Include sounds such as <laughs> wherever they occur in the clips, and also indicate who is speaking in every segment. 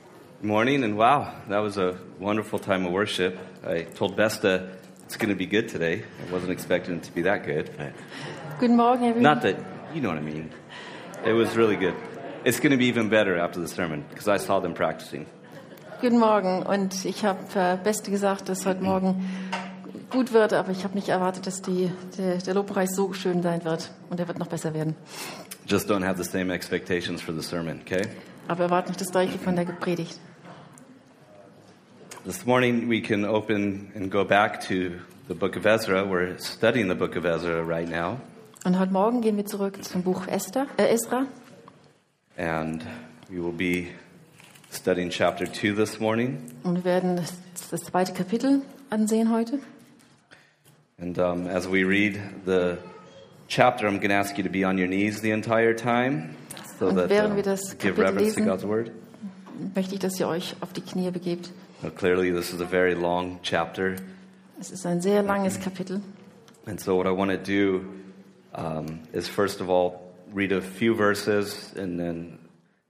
Speaker 1: Good morning, and wow, that was a wonderful time of worship. I told Besta it's going to be good today. I wasn't expecting it to be that good. but-
Speaker 2: Guten Morgen, Herr Wien.
Speaker 1: Not that, you know what I mean. It was really good. It's going to be even better after the sermon because I saw them practicing.
Speaker 2: Guten Morgen. Und ich habe äh, Beste gesagt, dass heute Morgen gut wird, aber ich habe nicht erwartet, dass die, der, der Lobpreis so schön sein wird. Und er wird noch besser werden.
Speaker 1: Just don't have the same expectations for the sermon, okay?
Speaker 2: Aber erwartet nicht das Gleiche von der Predigt.
Speaker 1: This morning we can open and go back to the book of Ezra. We're studying the book of Ezra right now.
Speaker 2: Und heute Morgen gehen wir zurück zum Buch Esther, äh, Esra.
Speaker 1: And we will be studying chapter 2 this morning.
Speaker 2: Und wir werden das, das zweite Kapitel ansehen heute.
Speaker 1: And um, as we read the chapter, I'm going to ask you to be on your knees the entire time so
Speaker 2: Und
Speaker 1: that
Speaker 2: während
Speaker 1: um,
Speaker 2: wir das
Speaker 1: give
Speaker 2: Kapitel
Speaker 1: reverence to
Speaker 2: lesen-
Speaker 1: God's word.
Speaker 2: Möchte ich, dass ihr euch auf die Knie begebt.
Speaker 1: Now, clearly, this is a very long chapter.
Speaker 2: Es ist ein sehr langes Kapitel.
Speaker 1: And so, what I want to do um, is first of all read a few verses and then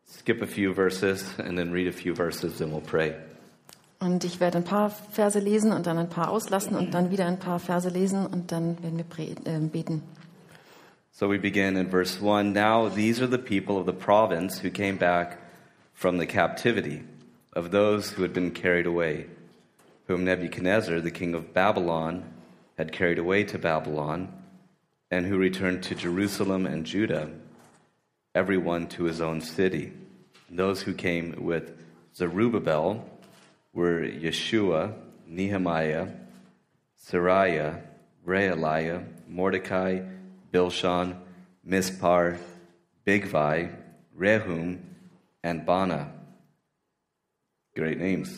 Speaker 1: skip a few verses and then read a few verses and we'll pray.
Speaker 2: Und ich werde ein paar Verse lesen und dann ein paar auslassen und dann wieder ein paar Verse lesen und dann werden wir pre- äh, beten.
Speaker 1: So we begin in verse 1. Now these are the people of the province who came back from the captivity of those who had been carried away, whom Nebuchadnezzar, the king of Babylon, had carried away to Babylon, and who returned to Jerusalem and Judah, everyone to his own city. Those who came with Zerubbabel were Yeshua, Nehemiah, Sariah, Realiah, Mordecai, Bilshan, Mispar, Bigvi, Rehum, and Bana. Great names.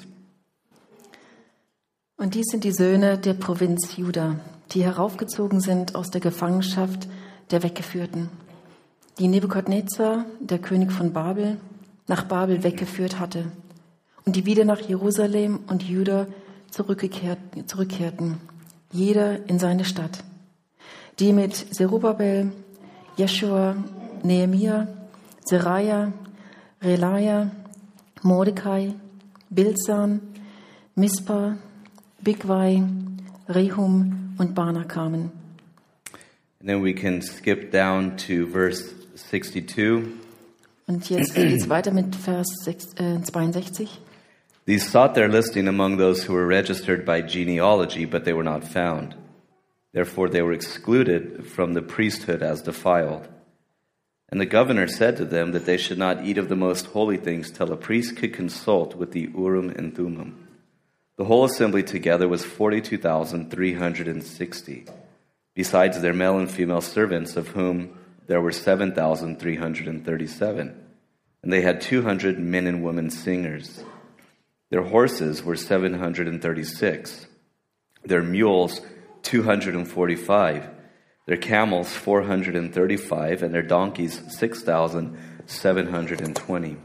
Speaker 2: Und dies sind die Söhne der Provinz Juda, die heraufgezogen sind aus der Gefangenschaft der Weggeführten, die Nebukadnezar, der König von Babel, nach Babel weggeführt hatte und die wieder nach Jerusalem und Juda zurückgekehrt, zurückkehrten, jeder in seine Stadt, die mit Zerubabel, Jeschua, Nehemia, Seraya, Relaya, Mordecai, Bilsan, Mispa, Bigwai, Rehum und Bana kamen.
Speaker 1: And then we can skip down to verse 62.
Speaker 2: Und jetzt geht es weiter mit Vers sechs- äh, 62.
Speaker 1: These sought their listing among those who were registered by genealogy, but they were not found. Therefore, they were excluded from the priesthood as defiled. And the governor said to them that they should not eat of the most holy things till a priest could consult with the Urim and Thummim. The whole assembly together was 42,360, besides their male and female servants, of whom there were 7,337. And they had 200 men and women singers. Their horses were 736, their mules 245, their camels 435, and their donkeys 6,720.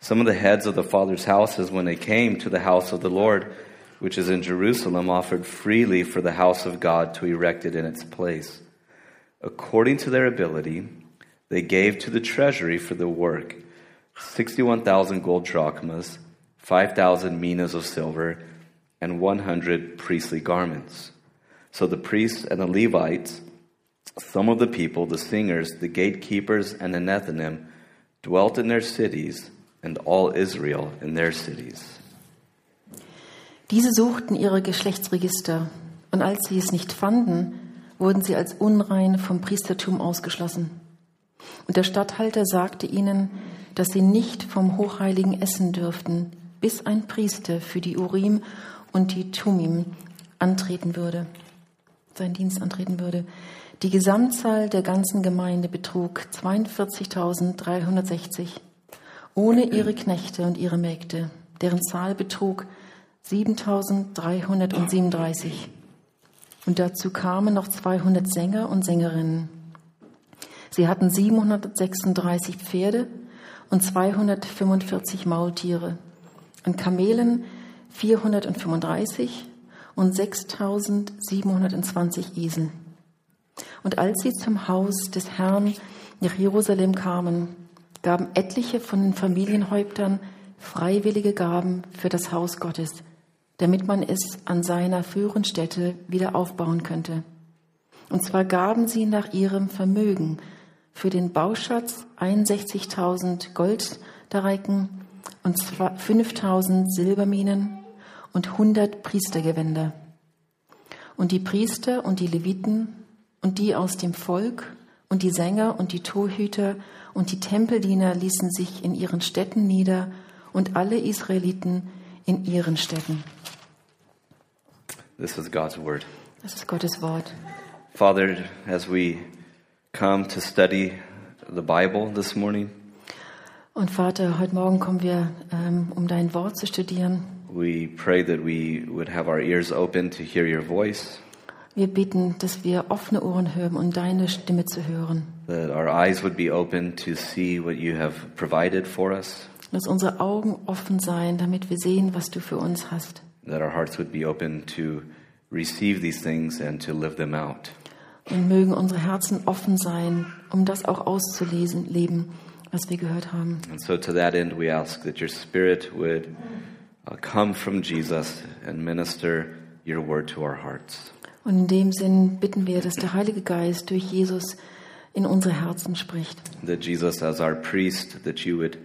Speaker 1: Some of the heads of the fathers' houses, when they came to the house of the Lord, which is in Jerusalem, offered freely for the house of God to erect it in its place. According to their ability, they gave to the treasury for the work 61,000 gold drachmas, 5,000 minas of silver, and 100 priestly garments. So the priests and the Levites, some of the people, the singers, the gatekeepers, and the Nethinim, dwelt in their cities, and all Israel in their cities.
Speaker 2: Diese suchten ihre Geschlechtsregister, und als sie es nicht fanden, wurden sie als unrein vom Priestertum ausgeschlossen. Und der Statthalter sagte ihnen, dass sie nicht vom Hochheiligen essen dürften, bis ein Priester für die Urim und die Tumim antreten würde, seinen Dienst antreten würde. Die Gesamtzahl der ganzen Gemeinde betrug 42.360 ohne ihre Knechte und ihre Mägde, deren Zahl betrug 7.337. Und dazu kamen noch 200 Sänger und Sängerinnen. Sie hatten 736 Pferde und 245 Maultiere, an Kamelen 435 und 6.720 Esel. Und als sie zum Haus des Herrn nach Jerusalem kamen, gaben etliche von den Familienhäuptern freiwillige Gaben für das Haus Gottes, damit man es an seiner früheren Stätte wieder aufbauen könnte. Und zwar gaben sie nach ihrem Vermögen für den Bauschatz 61.000 Golddarreiken und 5.000 Silberminen und 100 Priestergewänder. Und die Priester und die Leviten und die aus dem Volk und die Sänger und die Torhüter und die Tempeldiener ließen sich in ihren Städten nieder und alle Israeliten in ihren Städten.
Speaker 1: This is God's word.
Speaker 2: Das ist Gottes Wort.
Speaker 1: Father, as we come to study the Bible this morning,
Speaker 2: Und Vater, heute Morgen kommen wir, ähm, um dein Wort zu studieren.
Speaker 1: we pray that we would have our ears open to hear your voice,
Speaker 2: Wir beten, dass wir offene Ohren hören, um deine Stimme zu hören.
Speaker 1: that our eyes would be open to see what you have provided for us,
Speaker 2: Lass unsere Augen offen sein, damit wir sehen, was du für uns hast.
Speaker 1: that our hearts would be open to receive these things and to live them out.
Speaker 2: Und mögen unsere Herzen offen sein, um das auch auszulesen, leben, was wir gehört haben.
Speaker 1: And so, to that end, we ask that your Spirit would uh, come from Jesus and minister your word to our hearts.
Speaker 2: Und in dem Sinn bitten wir, dass der Heilige Geist durch Jesus in unsere Herzen spricht.
Speaker 1: That Jesus, as our priest, that you would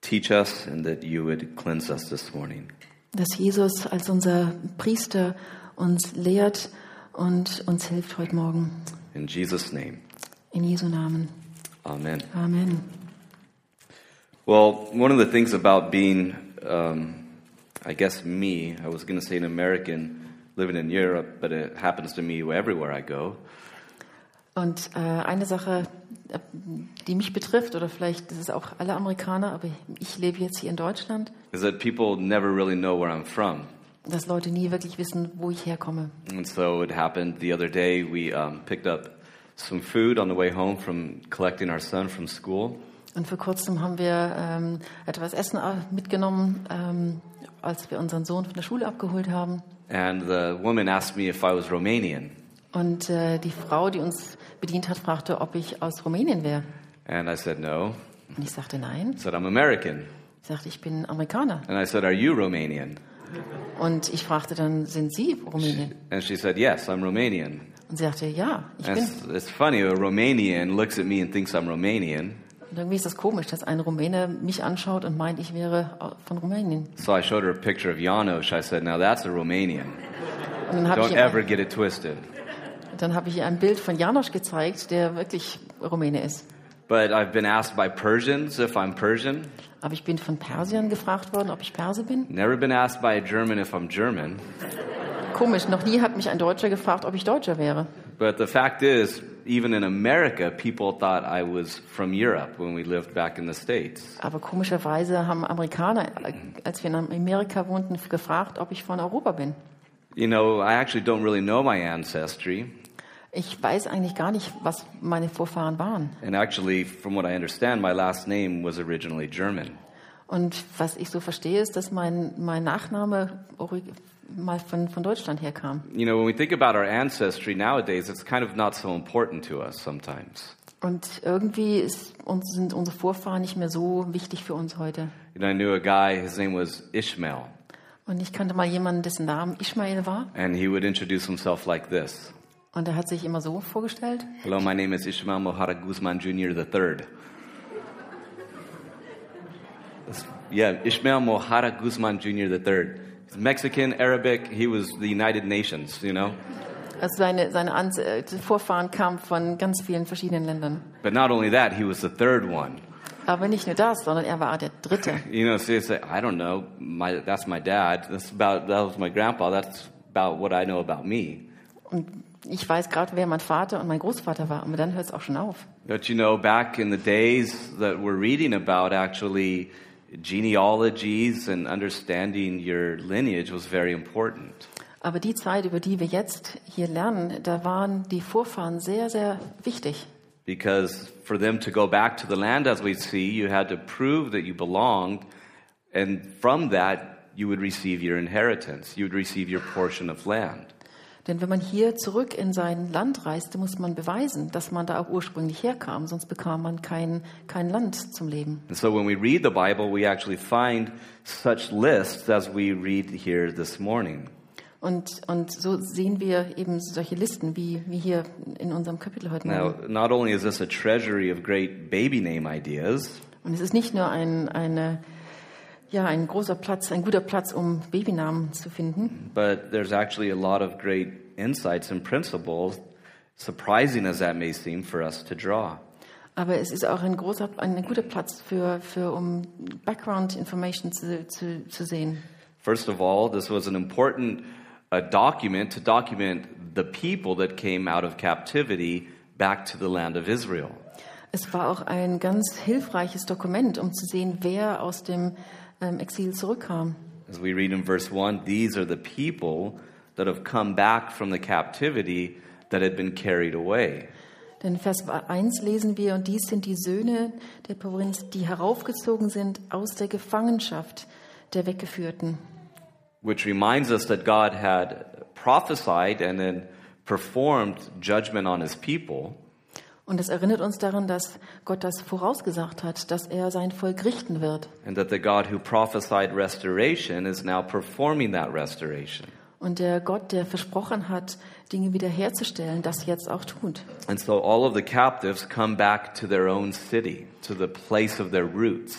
Speaker 1: teach us and that you would cleanse us this morning.
Speaker 2: Dass Jesus als unser Priester uns lehrt und uns hilft heute Morgen.
Speaker 1: In Jesus' name,
Speaker 2: In Jesu Namen.
Speaker 1: Amen.
Speaker 2: Amen.
Speaker 1: Well, one of the things about being, um, I guess, me, I was going to say an American living in Europe, but it happens to me everywhere I go.
Speaker 2: Und äh, eine Sache, äh, die mich betrifft, oder vielleicht das ist auch alle Amerikaner, aber ich lebe jetzt hier in Deutschland,
Speaker 1: is that people never really know where I'm from.
Speaker 2: dass Leute nie wirklich wissen, wo ich herkomme.
Speaker 1: And so it happened the other day. We um, picked up some food on the way home from collecting our son from school.
Speaker 2: Und vor kurzem haben wir ähm, etwas Essen äh, mitgenommen, ähm, als wir unseren Sohn von der Schule abgeholt haben.
Speaker 1: And the woman asked me if I was Romanian.
Speaker 2: Und äh, die Frau, die uns bedient hat, fragte, ob ich aus Rumänien wäre.
Speaker 1: And I said, no.
Speaker 2: Und ich sagte nein.
Speaker 1: I said, I'm American.
Speaker 2: Ich sagte, ich bin Amerikaner.
Speaker 1: And I said, are you Romanian?
Speaker 2: Und ich fragte dann, sind Sie Rumänien?
Speaker 1: And she said, yes, I'm Romanian.
Speaker 2: Und sie sagte, ja, ich
Speaker 1: And
Speaker 2: bin.
Speaker 1: it's, it's funny, a Romanian looks at me and thinks I'm Romanian.
Speaker 2: Und irgendwie ist das komisch, dass ein Rumäne mich anschaut und meint, ich wäre von Rumänien.
Speaker 1: So I showed her a picture of Janos. I said, now that's a Romanian.
Speaker 2: Und dann habe ich,
Speaker 1: Don't
Speaker 2: ihr
Speaker 1: ever
Speaker 2: ein-
Speaker 1: get it twisted.
Speaker 2: dann habe ich ihr ein Bild von Janosch gezeigt, der wirklich Rumäne ist.
Speaker 1: But I've been asked by Persians if I'm Persian.
Speaker 2: Aber ich bin von Persiern gefragt worden, ob ich Perse bin.
Speaker 1: Never been asked by a German if I'm German,
Speaker 2: Komisch, noch nie hat mich ein Deutscher gefragt, ob ich Deutscher wäre.
Speaker 1: but the fact is, even in America, people thought I was from Europe when we lived back in the States.
Speaker 2: Aber komischerweise haben Amerikaner, äh, als wir in Amerika wohnten, gefragt, ob ich von Europa bin.
Speaker 1: You know, I actually don't really know my ancestry,
Speaker 2: Ich weiß eigentlich gar nicht, was meine Vorfahren waren.
Speaker 1: and actually, from what I understand, my last name was originally German.
Speaker 2: Und was ich so verstehe, ist, dass mein, mein Nachname ori- mal von, von Deutschland herkam.
Speaker 1: You know, when we think about our ancestry nowadays, it's kind of not so important to us sometimes.
Speaker 2: Und irgendwie ist uns, sind unsere Vorfahren nicht mehr so wichtig für uns heute.
Speaker 1: You know, I knew a guy, his name was Ishmael,
Speaker 2: Und ich kannte mal jemanden, dessen Namen Ishmael war.
Speaker 1: and he would introduce himself like this.
Speaker 2: Und er hat sich immer so vorgestellt.
Speaker 1: Hello, my name is Ishmael Mohara Guzman Jr. the third. Yeah, Ishmael Mohara Guzman Jr. the third. He's Mexican, Arabic. He was the United Nations, you know.
Speaker 2: Also seine, seine Ans äh, die Vorfahren kamen von ganz vielen verschiedenen Ländern.
Speaker 1: But not only that, he was the third one.
Speaker 2: Aber nicht nur das, sondern er war der Dritte.
Speaker 1: You know, so it's like, I don't know. My that's my dad. That's about that was my grandpa. That's about what I know about me.
Speaker 2: Und ich weiß gerade, wer mein Vater und mein Großvater war. Aber dann hört es auch schon auf.
Speaker 1: But you know, back in the days that we're reading about, actually, genealogies and understanding your lineage was very important.
Speaker 2: Aber die Zeit, über die wir jetzt hier lernen, da waren die Vorfahren sehr, sehr wichtig.
Speaker 1: Because for them to go back to the land, as we see, you had to prove that you belonged, and from that, you would receive your inheritance. You would receive your portion of land.
Speaker 2: Denn wenn man hier zurück in sein Land reiste, muss man beweisen, dass man da auch ursprünglich herkam, sonst bekam man kein, kein Land zum Leben.
Speaker 1: And so when we read the Bible, we actually find such lists as we read here this morning.
Speaker 2: Und, und so sehen wir eben solche Listen, wie, wie hier in unserem Kapitel heute
Speaker 1: Now,
Speaker 2: Morgen.
Speaker 1: not only is this a treasury of great baby name ideas,
Speaker 2: Und es ist nicht nur ein, eine, ja, ein großer Platz, ein guter Platz, um Babynamen zu finden,
Speaker 1: but there's actually a lot of great insights and principles, surprising as that may seem, for us to draw.
Speaker 2: aber es ist auch ein großer, ein guter Platz für, für um Background Information zu, zu, zu sehen.
Speaker 1: First of all, this was an important uh, document to document the people that came out of captivity back to the land of Israel.
Speaker 2: Es war auch ein ganz hilfreiches Dokument, um zu sehen, wer aus dem ähm, Exil zurückkam.
Speaker 1: As we read in verse 1, these are the people that have come back from the captivity that had been carried away.
Speaker 2: Denn in Vers 1 lesen wir, und dies sind die Söhne der Provinz, die heraufgezogen sind aus der Gefangenschaft der Weggeführten.
Speaker 1: which reminds us that God had prophesied and then performed judgment on his people.
Speaker 2: Und das erinnert uns daran, dass Gott das vorausgesagt hat, dass er sein Volk richten wird.
Speaker 1: And that the God who prophesied restoration is now performing that restoration.
Speaker 2: Und der Gott, der versprochen hat, Dinge wiederherzustellen, das jetzt auch tut.
Speaker 1: And so all of the captives come back to their own city, to the place of their roots.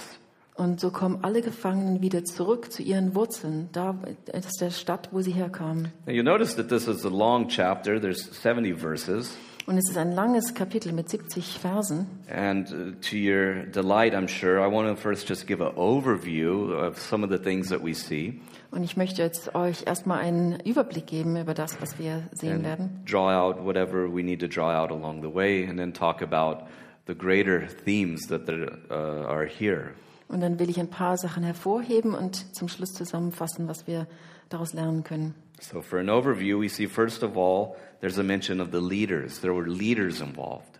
Speaker 2: Und so kommen alle Gefangenen wieder zurück zu ihren Wurzeln, da äh, aus der Stadt, wo sie herkamen.
Speaker 1: Now you notice that this is a long chapter, there's 70 verses.
Speaker 2: Und es ist ein langes Kapitel mit 70 Versen.
Speaker 1: And uh, to your delight, I'm sure, I want to first just give an overview of some of the things that we see
Speaker 2: Und ich möchte jetzt euch erstmal einen Überblick geben über das, was wir sehen werden.
Speaker 1: and draw out whatever we need to draw out along the way, and then talk about the greater themes that there, uh, are here.
Speaker 2: Und dann will ich ein paar Sachen hervorheben und zum Schluss zusammenfassen, was wir daraus lernen können.
Speaker 1: So, for an overview, we see first of all, there's a mention of the leaders. There were leaders involved.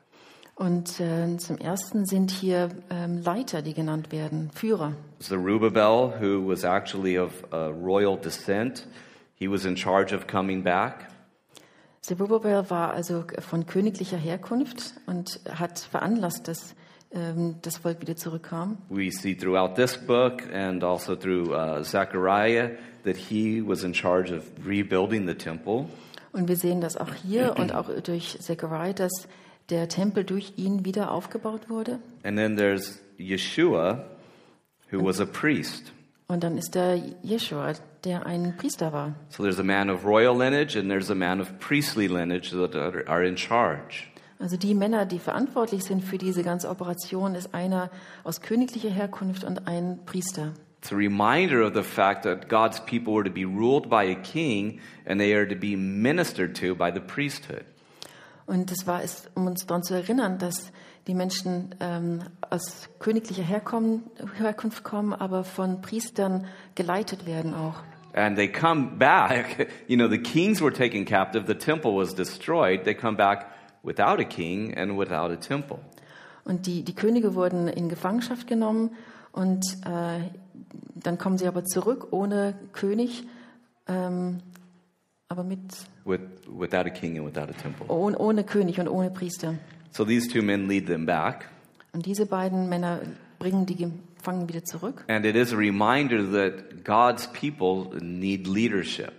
Speaker 2: Und äh, zum Ersten sind hier ähm, Leiter, die genannt werden, Führer.
Speaker 1: Zerubbabel, who was actually of uh, royal descent, he was in charge of coming back.
Speaker 2: Zerubbabel war also von königlicher Herkunft und hat veranlasst, dass ähm, das Volk wieder zurückkam.
Speaker 1: We see throughout this book and also through uh, Zechariah that he was in charge of rebuilding the temple.
Speaker 2: Und wir sehen das auch hier und auch durch Zechariah, dass der Tempel durch ihn wieder aufgebaut wurde.
Speaker 1: And then there's Yeshua, who was a priest.
Speaker 2: Und dann ist der Jeschua, der ein Priester war.
Speaker 1: So there's a man of royal lineage and there's a man of priestly lineage that are are in charge.
Speaker 2: Also die Männer, die verantwortlich sind für diese ganze Operation, ist einer aus königlicher Herkunft und ein Priester.
Speaker 1: It's a reminder of the fact that God's people were to be ruled by a king and they are to be ministered to by the priesthood.
Speaker 2: Und das war es, um uns daran zu erinnern, dass die Menschen ähm, aus königlicher Herkommen, Herkunft kommen, aber von Priestern geleitet werden auch.
Speaker 1: And they come back, <laughs> you know, the kings were taken captive, the temple was destroyed. They come back without a king and without a temple.
Speaker 2: Und die, die Könige wurden in Gefangenschaft genommen und äh, dann kommen sie aber zurück ohne König, ähm, aber mit
Speaker 1: With, without a king and without a temple.
Speaker 2: ohne, ohne König und ohne Priester.
Speaker 1: So these two men lead them back.
Speaker 2: Und diese beiden Männer bringen die Gefangenen wieder zurück.
Speaker 1: And it is a reminder that God's people need leadership.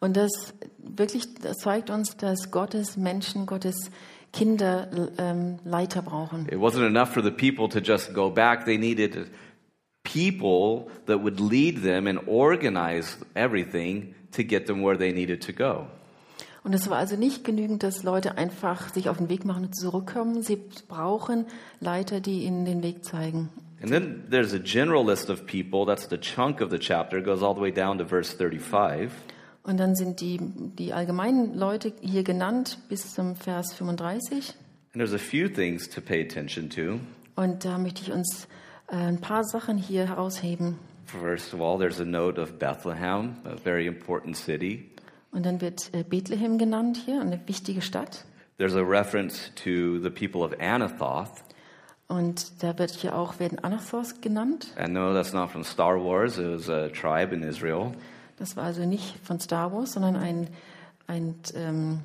Speaker 2: Und das wirklich das zeigt uns, dass Gottes Menschen, Gottes Kinder ähm, Leiter brauchen.
Speaker 1: It wasn't enough for the people to just go back. They needed people that would lead them and organize everything to get them where they needed to go.
Speaker 2: Und es war also nicht genügend, dass Leute einfach sich auf den Weg machen und zurückkommen. Sie brauchen Leiter, die ihnen den Weg zeigen.
Speaker 1: And then there's a general list of people. That's the chunk of the chapter. It goes all the way down to verse 35.
Speaker 2: Und dann sind die, die allgemeinen Leute hier genannt bis zum Vers 35.
Speaker 1: And there's a few things to pay attention to.
Speaker 2: Und da möchte ich uns äh, ein paar Sachen hier herausheben.
Speaker 1: First of all, there's a note of Bethlehem, a very important city.
Speaker 2: Und dann wird äh, Bethlehem genannt hier, eine wichtige Stadt.
Speaker 1: There's a reference to the people of Anathoth.
Speaker 2: Und da wird hier auch werden Anathos genannt.
Speaker 1: And no, that's not from Star Wars. It was a tribe in Israel.
Speaker 2: Das war also nicht von Star Wars, sondern ein ein, ähm,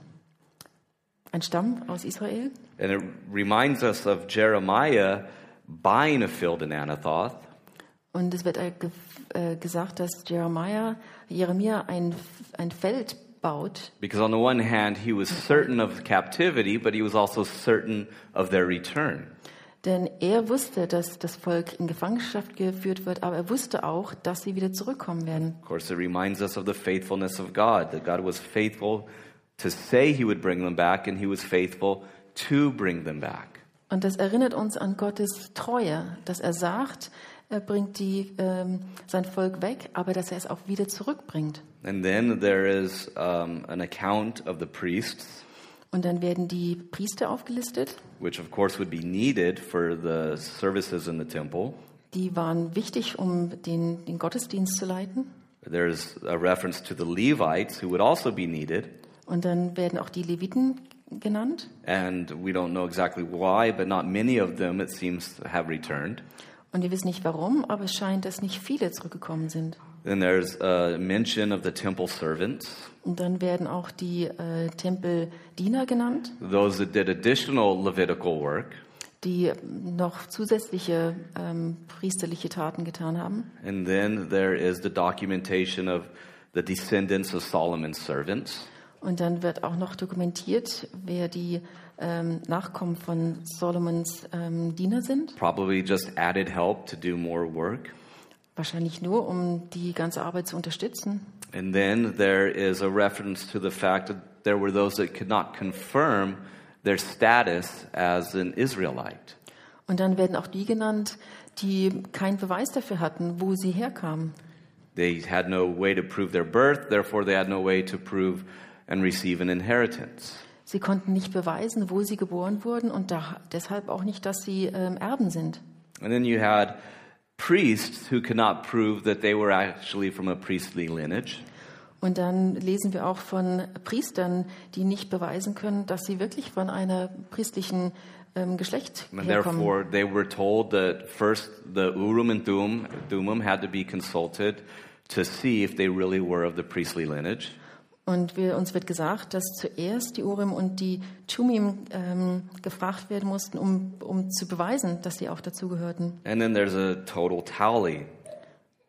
Speaker 2: ein Stamm aus Israel.
Speaker 1: And it reminds us of Jeremiah buying a field in Anathoth
Speaker 2: Und es wird äh, ge äh, gesagt, dass Jeremiah, Jeremia ein, ein Feld baut.
Speaker 1: because, on the one hand, he was certain of captivity, but he was also certain of their return.
Speaker 2: Denn er wusste, dass das Volk in Gefangenschaft geführt wird, aber er wusste auch, dass sie wieder zurückkommen werden.
Speaker 1: Of course, it reminds us of the faithfulness of God, that God was faithful to say he would bring them back, and he was faithful to bring them back.
Speaker 2: Und das erinnert uns an Gottes Treue, dass er sagt, er bringt die, ähm, sein Volk weg, aber dass er es auch wieder zurückbringt.
Speaker 1: And then there is um, an account of the priests,
Speaker 2: Und dann werden die Priester aufgelistet.
Speaker 1: which of course would be needed for the services in the temple.
Speaker 2: Die waren wichtig, um den, den Gottesdienst zu leiten.
Speaker 1: There's a reference to the Levites, who would also be needed.
Speaker 2: Und dann werden auch die Leviten genannt.
Speaker 1: And we don't know exactly why, but not many of them, it seems, have returned.
Speaker 2: Und wir wissen nicht warum, aber es scheint, dass nicht viele zurückgekommen sind.
Speaker 1: Then there's a mention of the temple servants,
Speaker 2: Und dann werden auch die äh, Tempeldiener genannt,
Speaker 1: those that did additional Levitical work.
Speaker 2: die noch zusätzliche ähm, priesterliche Taten getan haben.
Speaker 1: And then there is the documentation of the descendants of Solomon's servants.
Speaker 2: Und dann wird auch noch dokumentiert, wer die ähm, Nachkommen von Solomons ähm, Diener sind.
Speaker 1: Probably just added help to do more work.
Speaker 2: Wahrscheinlich nur, um die ganze Arbeit zu unterstützen.
Speaker 1: And then there is a reference to the fact that there were those that could not confirm their status as an Israelite.
Speaker 2: Und dann werden auch die genannt, die keinen Beweis dafür hatten, wo sie herkamen.
Speaker 1: They had no way to prove their birth, therefore, they had no way to prove and receive an inheritance.
Speaker 2: Sie konnten nicht beweisen, wo sie geboren wurden und da, deshalb auch nicht, dass sie ähm, Erben sind.
Speaker 1: And then you had priests who could not prove that they were actually from a priestly lineage.
Speaker 2: Und dann lesen wir auch von Priestern, die nicht beweisen können, dass sie wirklich von einer priestlichen ähm, Geschlecht
Speaker 1: And
Speaker 2: herkommen.
Speaker 1: therefore, they were told that first the Urim and Thummim, Thummim had to be consulted to see if they really were of the priestly lineage.
Speaker 2: Und wir, uns wird gesagt, dass zuerst die Urim und die Tumim ähm, gefragt werden mussten, um, um zu beweisen, dass sie auch dazugehörten.
Speaker 1: And then there's a total tally.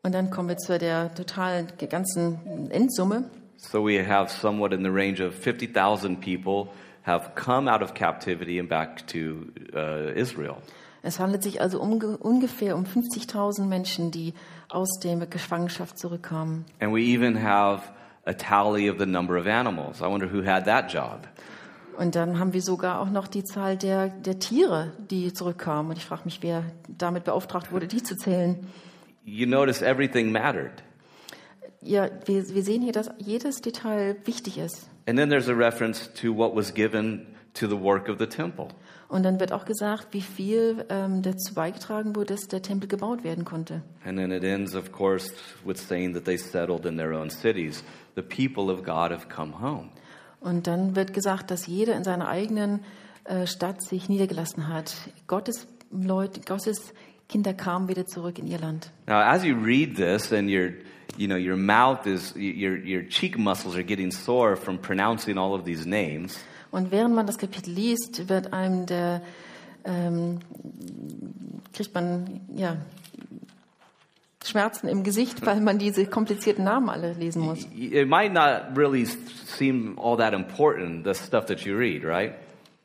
Speaker 2: Und dann kommen wir zu der totalen der ganzen Endsumme.
Speaker 1: So we have somewhat in the range of 50,000 people have come out of captivity and back to uh, Israel.
Speaker 2: Es handelt sich also um, ungefähr um 50.000 Menschen, die aus der Gefangenschaft zurückkamen.
Speaker 1: And we even have a tally of the number of animals. I wonder who had that job.
Speaker 2: Und dann haben wir sogar auch noch die Zahl der, der Tiere, die zurückkamen. Und ich frage mich, wer damit beauftragt wurde, die zu zählen.
Speaker 1: You notice everything mattered.
Speaker 2: Ja, wir, wir sehen hier, dass jedes Detail wichtig ist.
Speaker 1: And then there's a reference to what was given to the work of the temple.
Speaker 2: Und dann wird auch gesagt, wie viel ähm, dazu beigetragen wurde, dass der Tempel gebaut werden konnte.
Speaker 1: And then it ends, of course, with saying that they settled in their own cities. The people of God have come home.
Speaker 2: Und dann wird gesagt, dass jeder in seiner eigenen äh, Stadt sich niedergelassen hat. Gottes Leute, Gottes Kinder kamen wieder zurück in ihr Land.
Speaker 1: Now, as you read this, and your, you know, your mouth is, your, your cheek muscles are getting sore from pronouncing all of these names.
Speaker 2: Und während man das Kapitel liest, wird einem der ähm, kriegt man ja Schmerzen im Gesicht, weil man diese komplizierten Namen alle lesen muss.
Speaker 1: It might not really seem all that important, the stuff that you read, right?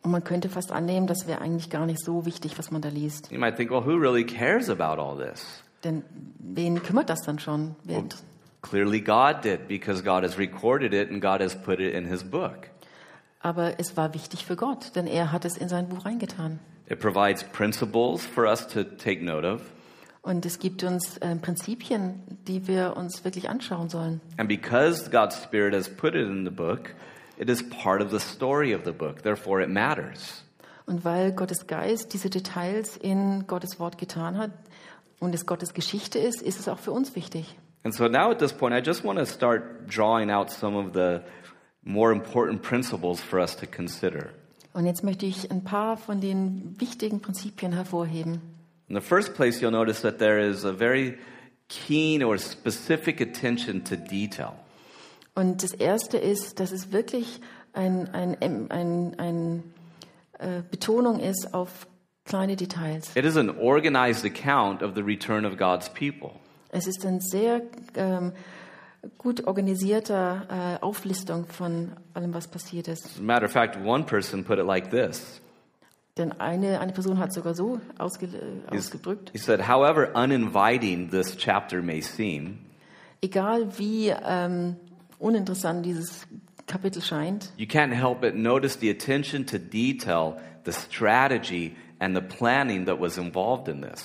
Speaker 2: Und man könnte fast annehmen, das wäre eigentlich gar nicht so wichtig, was man da liest.
Speaker 1: You might think, well, who really cares about all this?
Speaker 2: Denn wen kümmert das dann schon? Wer-
Speaker 1: Clearly, God did because God has recorded it and God has put it in His book.
Speaker 2: Aber es war wichtig für Gott, denn er hat es in sein Buch reingetan.
Speaker 1: It provides principles for us to take note of.
Speaker 2: Und es gibt uns äh, Prinzipien, die wir uns wirklich anschauen sollen.
Speaker 1: And because God's Spirit has put it in the book, it is part of the story of the book. Therefore, it matters.
Speaker 2: Und weil Gottes Geist diese Details in Gottes Wort getan hat und es Gottes Geschichte ist, ist es auch für uns wichtig.
Speaker 1: And so now at this point, I just want to start drawing out some of the more important principles for us to consider.
Speaker 2: Und jetzt möchte ich ein paar von den wichtigen Prinzipien hervorheben.
Speaker 1: In the first place, you'll notice that there is a very keen or specific attention to detail.
Speaker 2: Und das Erste ist, dass es wirklich eine ein, ein, ein, ein, äh, Betonung ist auf kleine Details.
Speaker 1: It is an organized account of the return of God's people.
Speaker 2: Es ist ein sehr ähm, gut organisierter äh, Auflistung von allem, was passiert ist.
Speaker 1: As a matter of fact, one person put it like this
Speaker 2: Denn eine, eine Person hat sogar so ausge, äh, ausgedrückt,
Speaker 1: He said, However uninviting this chapter may seem,
Speaker 2: egal wie ähm, uninteressant dieses Kapitel scheint,
Speaker 1: you can't help but notice the attention to detail, the strategy, and the planning that was involved in this.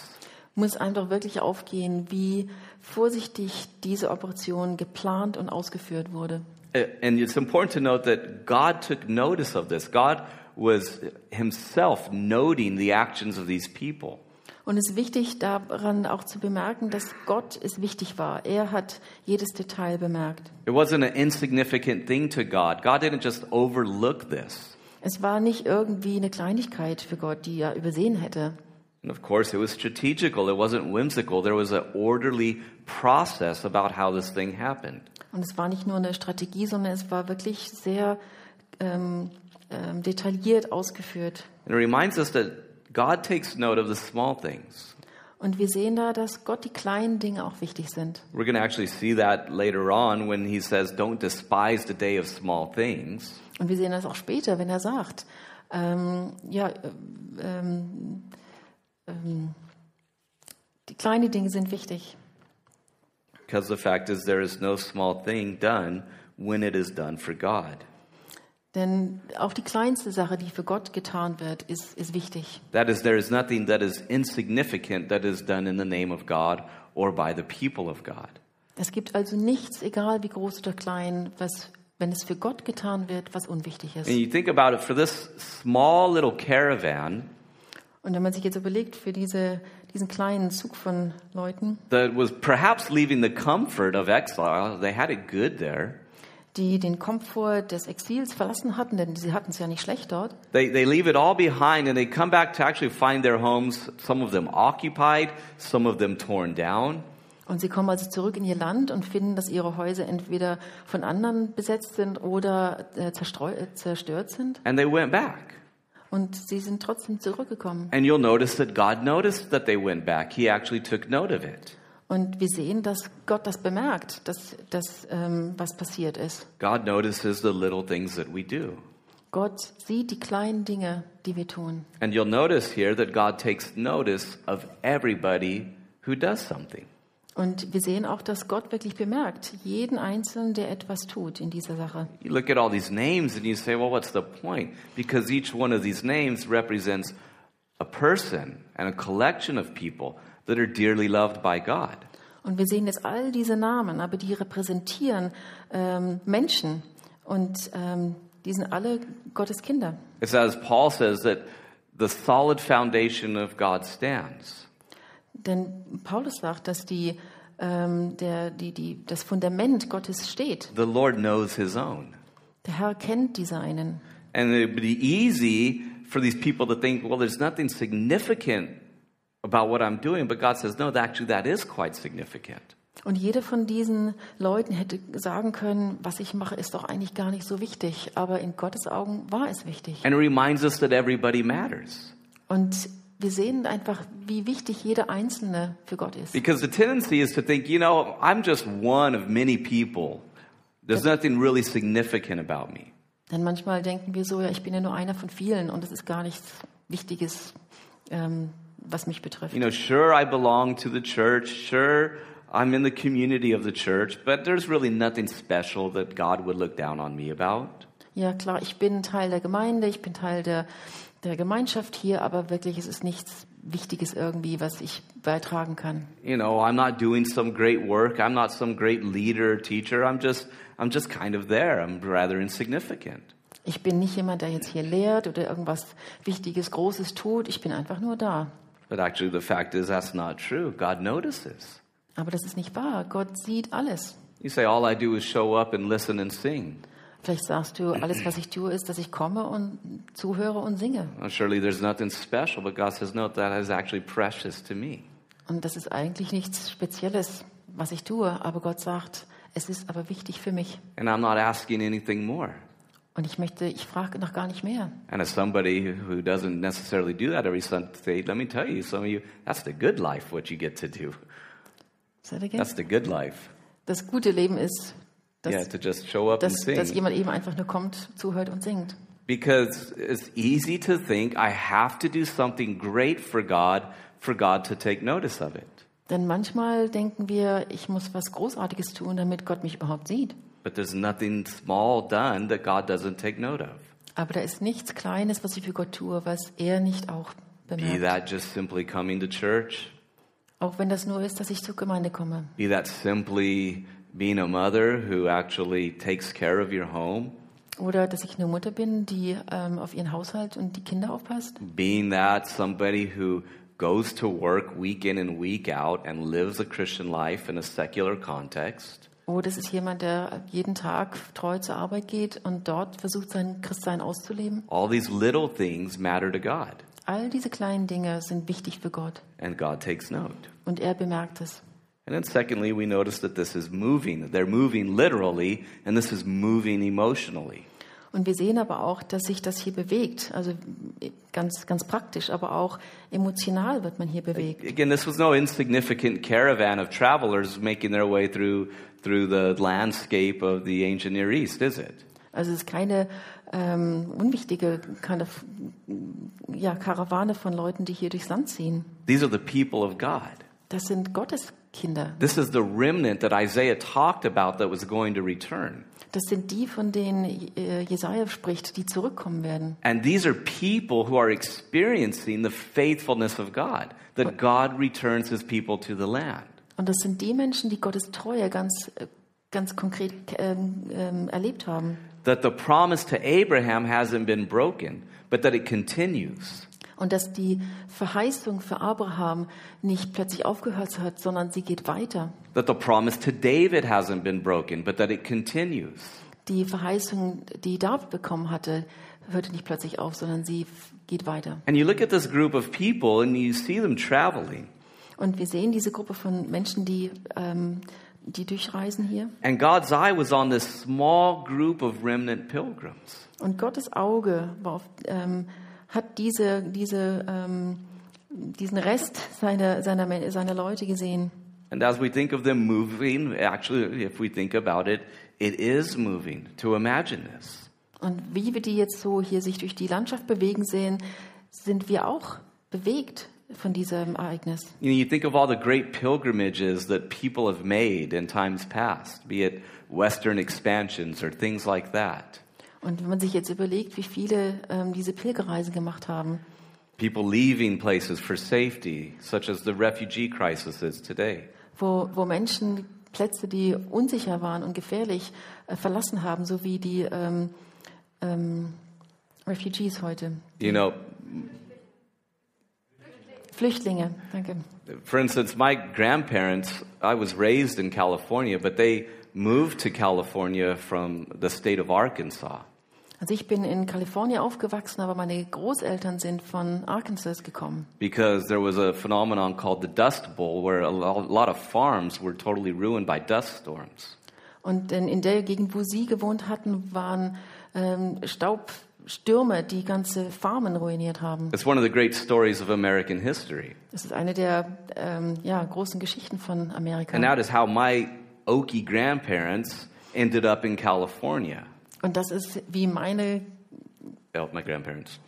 Speaker 2: muss einem doch wirklich aufgehen, wie vorsichtig diese Operation geplant und ausgeführt wurde.
Speaker 1: Uh, And it's important to note that God took notice of this. God was himself noting the actions of these people.
Speaker 2: Und es ist wichtig daran auch zu bemerken, dass Gott es wichtig war. Er hat jedes Detail bemerkt.
Speaker 1: It wasn't an insignificant thing to God. God didn't just overlook this.
Speaker 2: Es war nicht irgendwie eine Kleinigkeit für Gott, die er übersehen hätte.
Speaker 1: And of course, it was strategical. It wasn't whimsical. There was an orderly process about how this thing happened.
Speaker 2: Und es war nicht nur eine Strategie, sondern es war wirklich sehr ähm, ähm, detailliert ausgeführt.
Speaker 1: And it reminds us that God takes note of the small things.
Speaker 2: Und wir sehen da, dass Gott die kleinen Dinge auch wichtig sind.
Speaker 1: We're going to actually see that later on when he says, Don't despise the day of small things.
Speaker 2: Und wir sehen das auch später, wenn er sagt, ähm, ja, äh, ähm, ähm, die kleinen Dinge sind wichtig.
Speaker 1: Because the fact is, there is no small thing done when it is done for God.
Speaker 2: Denn auch die kleinste Sache, die für Gott getan wird, ist, ist wichtig.
Speaker 1: That is, there is nothing that is insignificant that is done in the name of God or by the people of God.
Speaker 2: Es gibt also nichts, egal wie groß oder klein, was, wenn es für Gott getan wird, was unwichtig
Speaker 1: And
Speaker 2: ist.
Speaker 1: you think about it for this small little caravan
Speaker 2: Und wenn man sich jetzt überlegt, für diese, diesen kleinen Zug von Leuten,
Speaker 1: that was perhaps leaving the comfort of exile, they had it good there.
Speaker 2: die den Komfort des Exils verlassen hatten, denn sie hatten es ja nicht schlecht dort,
Speaker 1: They, they leave it all behind and they come back to actually find their homes, some of them occupied, some of them torn down.
Speaker 2: Und sie kommen also zurück in ihr Land und finden, dass ihre Häuser entweder von anderen besetzt sind oder äh, zerstreu äh, zerstört sind.
Speaker 1: And they went back.
Speaker 2: Und sie sind trotzdem zurückgekommen.
Speaker 1: And you'll notice that God noticed that they went back. He actually took note of it.
Speaker 2: Und wir sehen, dass Gott das bemerkt, dass, dass ähm, was passiert ist.
Speaker 1: God notices the little things that we do.
Speaker 2: Gott sieht die kleinen Dinge, die wir tun.
Speaker 1: And you'll notice here that God takes notice of everybody who does something.
Speaker 2: Und wir sehen auch, dass Gott wirklich bemerkt, jeden Einzelnen, der etwas tut in dieser Sache.
Speaker 1: You look at all these names and you say, well, what's the point? Because each one of these names represents a person and a collection of people that are dearly loved by God.
Speaker 2: Und wir sehen jetzt all diese Namen, aber die repräsentieren ähm, Menschen und ähm, die sind alle Gottes Kinder.
Speaker 1: It's as Paul says that the solid foundation of God stands.
Speaker 2: Denn Paulus sagt, dass die, ähm, der, die, die, das Fundament Gottes steht.
Speaker 1: The Lord knows his own.
Speaker 2: Der Herr kennt die Seinen.
Speaker 1: And it would be easy for these people to think, well, there's nothing significant about what I'm doing. But God says, no, that- actually, that is quite significant.
Speaker 2: Und jeder von diesen Leuten hätte sagen können, was ich mache, ist doch eigentlich gar nicht so wichtig. Aber in Gottes Augen war es wichtig.
Speaker 1: And it reminds us that everybody matters.
Speaker 2: Und wir sehen einfach, wie wichtig jeder Einzelne für Gott ist.
Speaker 1: Because the tendency is to think, you know, I'm just one of many people. There's nothing really significant about me.
Speaker 2: Denn manchmal denken wir so, ja, ich bin ja nur einer von vielen und es ist gar nichts Wichtiges, ähm, was mich betrifft.
Speaker 1: You know, sure, I belong to the church. Sure, I'm in the community of the church. But there's really nothing special that God would look down on me about.
Speaker 2: Ja, klar, ich bin Teil der Gemeinde, ich bin Teil der, der Gemeinschaft hier, aber wirklich, es ist nichts Wichtiges irgendwie, was ich beitragen kann.
Speaker 1: you know i'm not doing some great work i'm not some great leader teacher i'm just i'm just kind of there i'm rather insignificant
Speaker 2: Ich bin nicht jemand, der jetzt hier lehrt oder irgendwas Wichtiges, Großes tut. Ich bin einfach nur da.
Speaker 1: but actually the fact is that's not true god notices
Speaker 2: Aber das ist nicht wahr. Gott sieht alles.
Speaker 1: you say all i do is show up and listen and sing
Speaker 2: Vielleicht sagst du, alles, was ich tue, ist, dass ich komme und zuhöre und singe.
Speaker 1: Well, surely there's nothing special but god says no that is actually precious to me
Speaker 2: Und das ist eigentlich nichts Spezielles, was ich tue. Aber Gott sagt, Es ist aber wichtig für mich.
Speaker 1: And I'm not asking anything more.
Speaker 2: Und ich möchte, ich frage noch gar nicht mehr.
Speaker 1: And as somebody who doesn't necessarily do that every Sunday, let me tell you, some of you, that's the good life, what you get to do.
Speaker 2: Say that again.
Speaker 1: That's the good life.
Speaker 2: das gute Leben ist, dass,
Speaker 1: yeah, to just show up
Speaker 2: dass,
Speaker 1: and
Speaker 2: dass
Speaker 1: sing.
Speaker 2: jemand eben einfach nur kommt, zuhört und singt.
Speaker 1: Because it's easy to think I have to do something great for God for God to take notice of it.
Speaker 2: Denn manchmal denken wir, ich muss was Großartiges tun, damit Gott mich überhaupt sieht.
Speaker 1: But there's nothing small done that God doesn't take note of.
Speaker 2: Aber da ist nichts Kleines, was ich für Gott tue, was er nicht auch
Speaker 1: Be
Speaker 2: bemerkt.
Speaker 1: that just simply coming to church,
Speaker 2: Auch wenn das nur ist, dass ich zur Gemeinde komme.
Speaker 1: be that simply being a mother who actually takes care of your home,
Speaker 2: Oder dass ich eine Mutter bin, die ähm, auf ihren Haushalt und die Kinder aufpasst.
Speaker 1: being that somebody who goes to work week in and week out and lives a Christian life in a secular context,
Speaker 2: Oder es ist jemand, der jeden Tag treu zur Arbeit geht und dort versucht, sein Christsein auszuleben.
Speaker 1: all these little things matter to God,
Speaker 2: All diese kleinen Dinge sind wichtig für Gott.
Speaker 1: and God takes note.
Speaker 2: Und er bemerkt es.
Speaker 1: And then, secondly, we notice that this is moving. that They're moving literally, and this is moving emotionally.
Speaker 2: Und wir sehen aber auch, dass sich das hier bewegt. Also ganz, ganz praktisch, aber auch emotional wird man hier bewegt.
Speaker 1: Again, this was no insignificant caravan of travelers making their way through, through the landscape of the ancient Near East, is it?
Speaker 2: Also es ist keine ähm, unwichtige keine, ja, Karawane von Leuten, die hier durchs Land ziehen.
Speaker 1: These are the people of God.
Speaker 2: Das sind Gottes Kinder.
Speaker 1: This is the remnant that Isaiah talked about that was going to return.
Speaker 2: Das sind die, von denen äh, Jesaja spricht, die zurückkommen werden.
Speaker 1: And these are people who are experiencing the faithfulness of God, that God returns his people to the land.
Speaker 2: Und das sind die Menschen, die Gottes Treue ganz, äh, ganz konkret ähm, ähm, erlebt haben.
Speaker 1: That the promise to Abraham hasn't been broken, but that it continues.
Speaker 2: Und dass die Verheißung für Abraham nicht plötzlich aufgehört hat, sondern sie geht weiter.
Speaker 1: That the promise to David hasn't been broken, but that it continues.
Speaker 2: Die Verheißung, die David bekommen hatte, hörte nicht plötzlich auf, sondern sie f- geht weiter.
Speaker 1: And you look at this group of people and you see them traveling.
Speaker 2: Und wir sehen diese Gruppe von Menschen, die, ähm, die durchreisen hier.
Speaker 1: And God's eye was on this small group of remnant pilgrims.
Speaker 2: Und Gottes Auge war auf, ähm, hat diese, diese, ähm, diesen Rest seiner, seiner, Men- seiner Leute gesehen.
Speaker 1: And as we think of them moving, actually, if we think about it, it is moving to imagine this.
Speaker 2: Und wie wir die jetzt so hier sich durch die Landschaft bewegen sehen, sind wir auch bewegt von diesem Ereignis.
Speaker 1: You know, you think of all the great pilgrimages that people have made in times past, be it Western expansions or things like that.
Speaker 2: Und wenn man sich jetzt überlegt, wie viele ähm, diese Pilgerreisen gemacht haben,
Speaker 1: People leaving places for safety, such as the refugee crisis is today.
Speaker 2: wo, wo Menschen Plätze, die unsicher waren und gefährlich, äh, verlassen haben, so wie die ähm, ähm, Refugees heute.
Speaker 1: You know,
Speaker 2: Flüchtlinge, danke.
Speaker 1: For instance, my grandparents, I was raised in California, but they moved to California from the state of Arkansas.
Speaker 2: Also ich bin in Kalifornien aufgewachsen, aber meine Großeltern sind von Arkansas gekommen.
Speaker 1: Because there was a phenomenon called the Dust Bowl, where a lo- lot of farms were totally ruined by dust storms.
Speaker 2: Und in, in der Gegend, wo sie gewohnt hatten, waren ähm, Staubstürme, die ganze Farmen ruiniert haben.
Speaker 1: It's one of the great stories of American history.
Speaker 2: Das ist eine der ähm, ja, großen Geschichten von Amerika.
Speaker 1: And that is how my Okie grandparents ended up in California.
Speaker 2: Und das ist, wie meine
Speaker 1: Oh, my grandparents.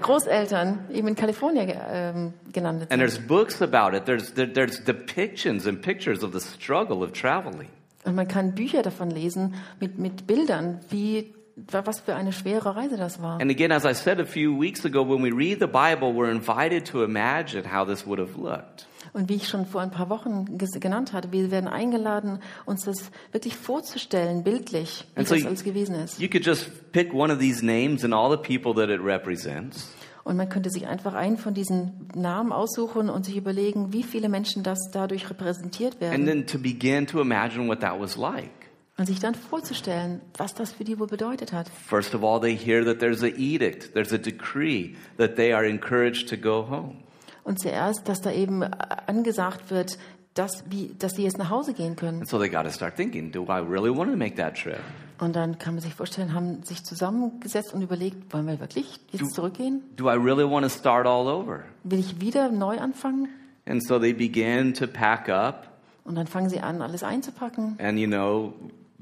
Speaker 2: Großeltern eben in Kalifornien ge- ähm, gelandet
Speaker 1: And
Speaker 2: sind.
Speaker 1: there's books about it. There's, there, there's depictions and pictures of the struggle of traveling.
Speaker 2: Und man kann Bücher davon lesen mit, mit Bildern, wie, wa- was für eine schwere Reise das war.
Speaker 1: And again, as I said a few weeks ago, when we read the Bible, we're invited to imagine how this would have looked.
Speaker 2: Und wie ich schon vor ein paar Wochen ges- genannt hatte, wir werden eingeladen, uns das wirklich vorzustellen, bildlich, wie
Speaker 1: And so
Speaker 2: das
Speaker 1: you-
Speaker 2: alles gewesen ist.
Speaker 1: You could just pick one of these names and all the people that it represents,
Speaker 2: Und man könnte sich einfach einen von diesen Namen aussuchen und sich überlegen, wie viele Menschen das dadurch repräsentiert
Speaker 1: and
Speaker 2: werden.
Speaker 1: then to begin to imagine what that was like.
Speaker 2: Und sich dann vorzustellen, was das für die wohl bedeutet hat.
Speaker 1: First of all, they hear that there's an edict, there's a decree that they are encouraged to go home.
Speaker 2: Und zuerst, dass da eben angesagt wird, dass, wie, dass sie jetzt nach Hause gehen können.
Speaker 1: And so they got to start thinking, do I really want to make that trip?
Speaker 2: Und dann kann man sich vorstellen, haben sich zusammengesetzt und überlegt, wollen wir wirklich
Speaker 1: Du-
Speaker 2: jetzt zurückgehen?
Speaker 1: Do I really want to start all over?
Speaker 2: Will ich wieder neu anfangen?
Speaker 1: And so they began to pack up.
Speaker 2: Und dann fangen sie an, alles einzupacken.
Speaker 1: And you know,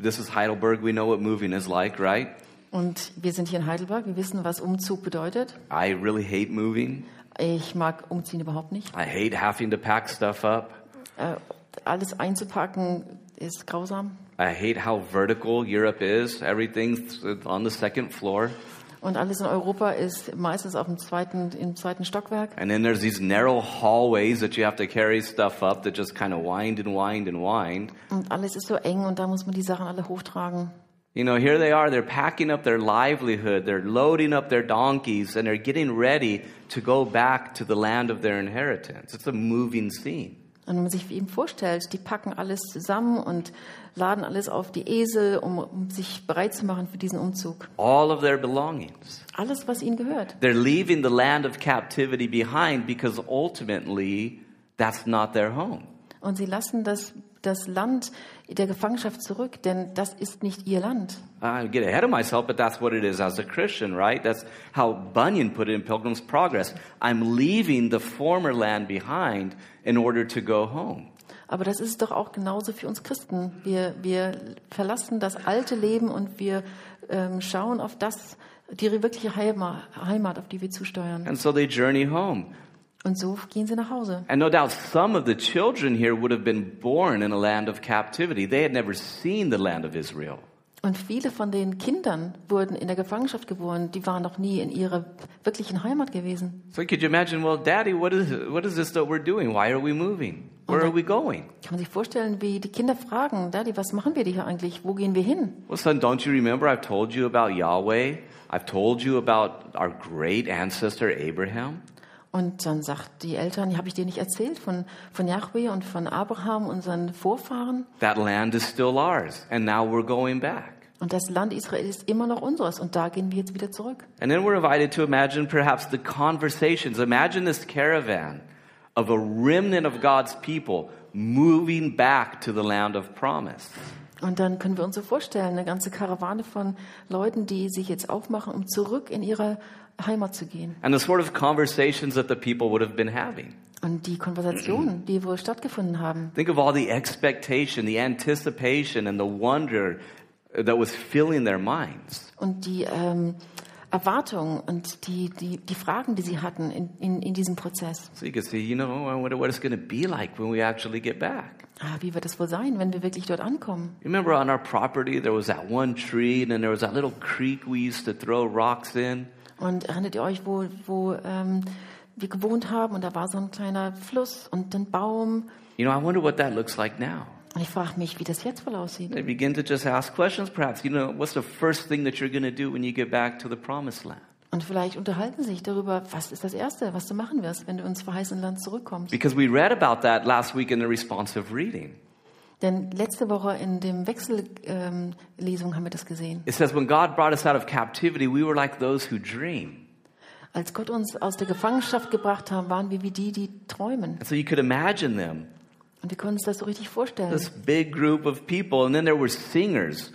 Speaker 1: this is Heidelberg. We know what moving is like, right?
Speaker 2: Und wir sind hier in Heidelberg, wir wissen, was Umzug bedeutet.
Speaker 1: I really hate moving.
Speaker 2: Ich mag Umziehen überhaupt nicht.
Speaker 1: I hate having to pack stuff up.
Speaker 2: Äh, alles einzupacken ist grausam.
Speaker 1: I hate how vertical Europe is. Everything's on the second floor.
Speaker 2: Und alles in Europa ist meistens auf dem zweiten, im zweiten Stockwerk.
Speaker 1: And then there's these narrow hallways that you have to carry stuff up that just kind of wind and wind and wind.
Speaker 2: Und alles ist so eng und da muss man die Sachen alle hochtragen.
Speaker 1: You know, here they are, they're packing up their livelihood, they're loading up their donkeys, and they're getting ready to go back to the land of their inheritance. It's a moving scene.
Speaker 2: Und wenn man sich eben vorstellt, die packen alles zusammen und laden alles auf die Esel, um, um sich bereit zu machen für diesen Umzug.
Speaker 1: All of their belongings.
Speaker 2: Alles, was ihnen gehört.
Speaker 1: They're leaving the land of captivity behind because ultimately that's not their home.
Speaker 2: Und sie lassen das, das Land der Gefangenschaft zurück, denn das ist nicht ihr Land.
Speaker 1: I get ahead of myself, but that's what it is as a Christian, right? That's how Bunyan put it in Pilgrim's Progress. I'm leaving the former land behind in order to go home.
Speaker 2: Aber das ist doch auch genauso für uns Christen. Wir, wir verlassen das alte Leben und wir ähm, schauen auf das, die wirkliche Heima- Heimat, auf die wir zusteuern.
Speaker 1: And so they journey home.
Speaker 2: Und so gehen sie nach Hause.
Speaker 1: And no doubt some of the children here would have been born in a land of captivity. They had never seen the land of Israel.
Speaker 2: Und viele von den Kindern wurden in der Gefangenschaft geboren. Die waren noch nie in ihrer wirklichen Heimat gewesen.
Speaker 1: So could you imagine, well, Daddy, what is, what is this that we're doing? Why are we moving? Where are we going?
Speaker 2: Kann man sich vorstellen, wie die Kinder fragen, Daddy, was machen wir hier eigentlich? Wo gehen wir hin?
Speaker 1: Well, son, don't you remember I've told you about Yahweh? I've told you about our great ancestor Abraham.
Speaker 2: Und dann sagt die Eltern, habe ich dir nicht erzählt von, von Yahweh und von Abraham, unseren Vorfahren?
Speaker 1: That land is still ours, and now we're going back.
Speaker 2: Und das Land Israel ist immer noch unseres und da gehen wir jetzt wieder zurück.
Speaker 1: And then we're invited to imagine perhaps the conversations. Imagine this caravan of a remnant of God's people moving back to the land of promise.
Speaker 2: Und dann können wir uns so vorstellen, eine ganze Karawane von Leuten, die sich jetzt aufmachen, um zurück in ihre Heimat zu gehen.
Speaker 1: And the sort of conversations that the people would have been having.
Speaker 2: Und die Konversationen, die wohl stattgefunden haben.
Speaker 1: Think of all the expectation, the anticipation, and the wonder that was filling their minds.
Speaker 2: und die ähm, Erwartungen und die, die, die Fragen, die sie hatten in, in, in diesem Prozess.
Speaker 1: So you could see, you know, I wonder what it's going to be like when we actually get back.
Speaker 2: Ah, wie wird das wohl sein, wenn wir wirklich dort ankommen?
Speaker 1: Remember on our property, there was that one tree, and then there was that little creek we used to throw rocks in.
Speaker 2: Und erinnert ihr euch, wo, wo ähm, wir gewohnt haben und da war so ein kleiner Fluss und ein Baum.
Speaker 1: You know, I wonder what that looks like now.
Speaker 2: Und ich frage mich, wie das jetzt wohl aussieht.
Speaker 1: They begin to just ask questions, perhaps. You know, what's the first thing that you're going to do when you get back to the promised land?
Speaker 2: Und vielleicht unterhalten sie sich darüber, was ist das Erste, was du machen wirst, wenn du ins verheißene Land zurückkommst.
Speaker 1: Because we read about that last week in the responsive reading.
Speaker 2: Denn letzte Woche in dem Wechsellesung ähm, Lesung haben wir das gesehen.
Speaker 1: It says, when God brought us out of captivity, we were like those who dream.
Speaker 2: Als Gott uns aus der Gefangenschaft gebracht hat, waren wir wie die, die träumen.
Speaker 1: And so you could imagine them,
Speaker 2: Und wir können uns das so richtig vorstellen.
Speaker 1: this big group of people. And then there were singers.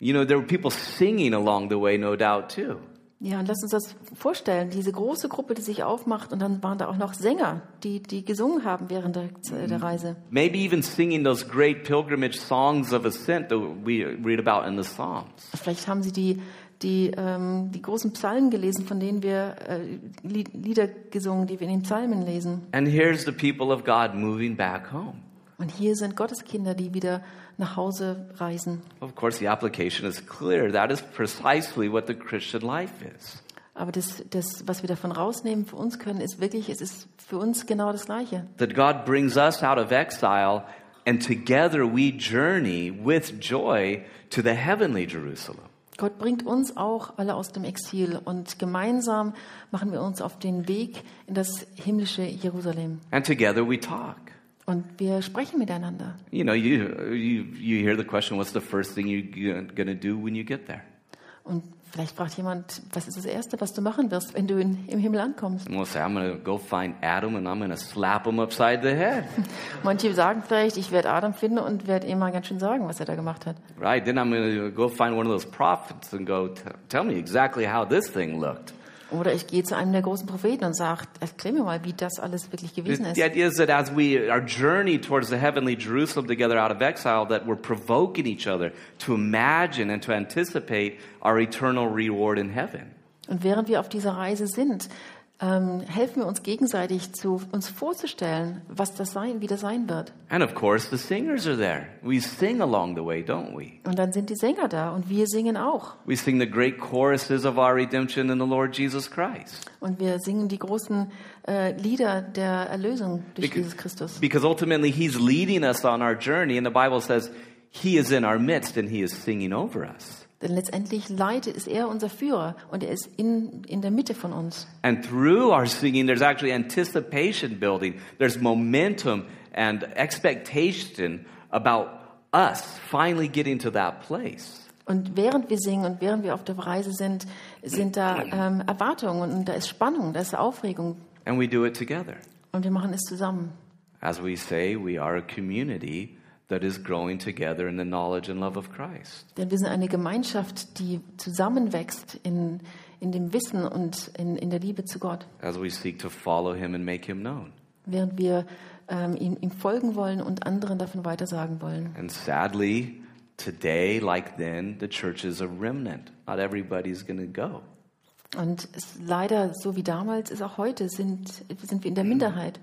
Speaker 1: You know, there were people singing along the way, no doubt, too.
Speaker 2: ja, und lass uns das vorstellen, diese große Gruppe, die sich aufmacht und dann waren da auch noch Sänger, die, die gesungen haben während der, äh, der Reise.
Speaker 1: Maybe even singing those great pilgrimage songs of ascent that we read about in the Psalms.
Speaker 2: Vielleicht haben sie die, die, ähm, die großen Psalmen gelesen, von denen wir äh, Lied- Lieder gesungen, die wir in den Psalmen lesen.
Speaker 1: And here's the people of God moving back home.
Speaker 2: Und hier sind Gottes Kinder, die wieder nach Hause reisen.
Speaker 1: Of course, the application is clear. That is precisely what the Christian life is.
Speaker 2: Aber das, das, was wir davon rausnehmen für uns können, ist wirklich, es ist für uns genau das Gleiche.
Speaker 1: That God brings us out of exile, and together we journey with joy to the heavenly Jerusalem.
Speaker 2: Gott bringt uns auch alle aus dem Exil und gemeinsam machen wir uns auf den Weg in das himmlische Jerusalem.
Speaker 1: And together we talk.
Speaker 2: Und wir sprechen miteinander.
Speaker 1: You know, you, you, you hear the question what's the first thing you're going to do when you get there?
Speaker 2: Und vielleicht fragt jemand, was ist das Erste, was du machen wirst, wenn du in, im Himmel ankommst?
Speaker 1: I'm going to say, I'm going to go find Adam and I'm going to slap him upside the head.
Speaker 2: Manche sagen vielleicht, ich werde Adam finden und werde ihm mal ganz schön sagen, was er da gemacht hat.
Speaker 1: Right? Then I'm going to go find one of those prophets and go, "T- tell me exactly how this thing looked.
Speaker 2: Oder ich gehe zu einem der großen Propheten und sage, erklär mir mal, wie das alles wirklich
Speaker 1: The,
Speaker 2: gewesen ist.
Speaker 1: the idea is that as we our journey towards the heavenly Jerusalem together out of exile, that we're provoking each other to imagine and to anticipate our eternal reward in heaven.
Speaker 2: Und während wir auf dieser Reise sind, ähm, helfen wir uns gegenseitig, zu, uns vorzustellen, was das sein, wie das sein wird.
Speaker 1: And of course, the singers are there. We sing along the way, don't we?
Speaker 2: Und dann sind die Sänger da und wir singen auch.
Speaker 1: We sing the great choruses of our redemption in the Lord Jesus Christ.
Speaker 2: Und wir singen die großen äh, Lieder der Erlösung durch
Speaker 1: Because-
Speaker 2: Jesus Christus.
Speaker 1: Because ultimately, He's leading us on our journey, and the Bible says He is in our midst and He is singing over us.
Speaker 2: Denn letztendlich leitet ist er unser Führer und er ist in, in der Mitte von uns.
Speaker 1: And through our singing, there's actually anticipation building. There's momentum and expectation about us finally getting to that place.
Speaker 2: Und während wir singen und während wir auf der Reise sind, sind da ähm, Erwartungen und da ist Spannung, da ist Aufregung.
Speaker 1: And we do it together.
Speaker 2: Und wir machen es zusammen.
Speaker 1: As we say, we are a community that is growing together in the knowledge and love of Christ.
Speaker 2: Denn wir sind eine Gemeinschaft, die zusammenwächst in, in dem Wissen und in, in der Liebe zu Gott.
Speaker 1: As we seek to follow Him and make Him known.
Speaker 2: Während wir ähm, ihm, ihm folgen wollen und anderen davon weitersagen wollen.
Speaker 1: And sadly, today, like then, the church is a remnant. Not everybody's going to go.
Speaker 2: Und es, leider, so wie damals, ist auch heute, sind, sind wir in der Minderheit.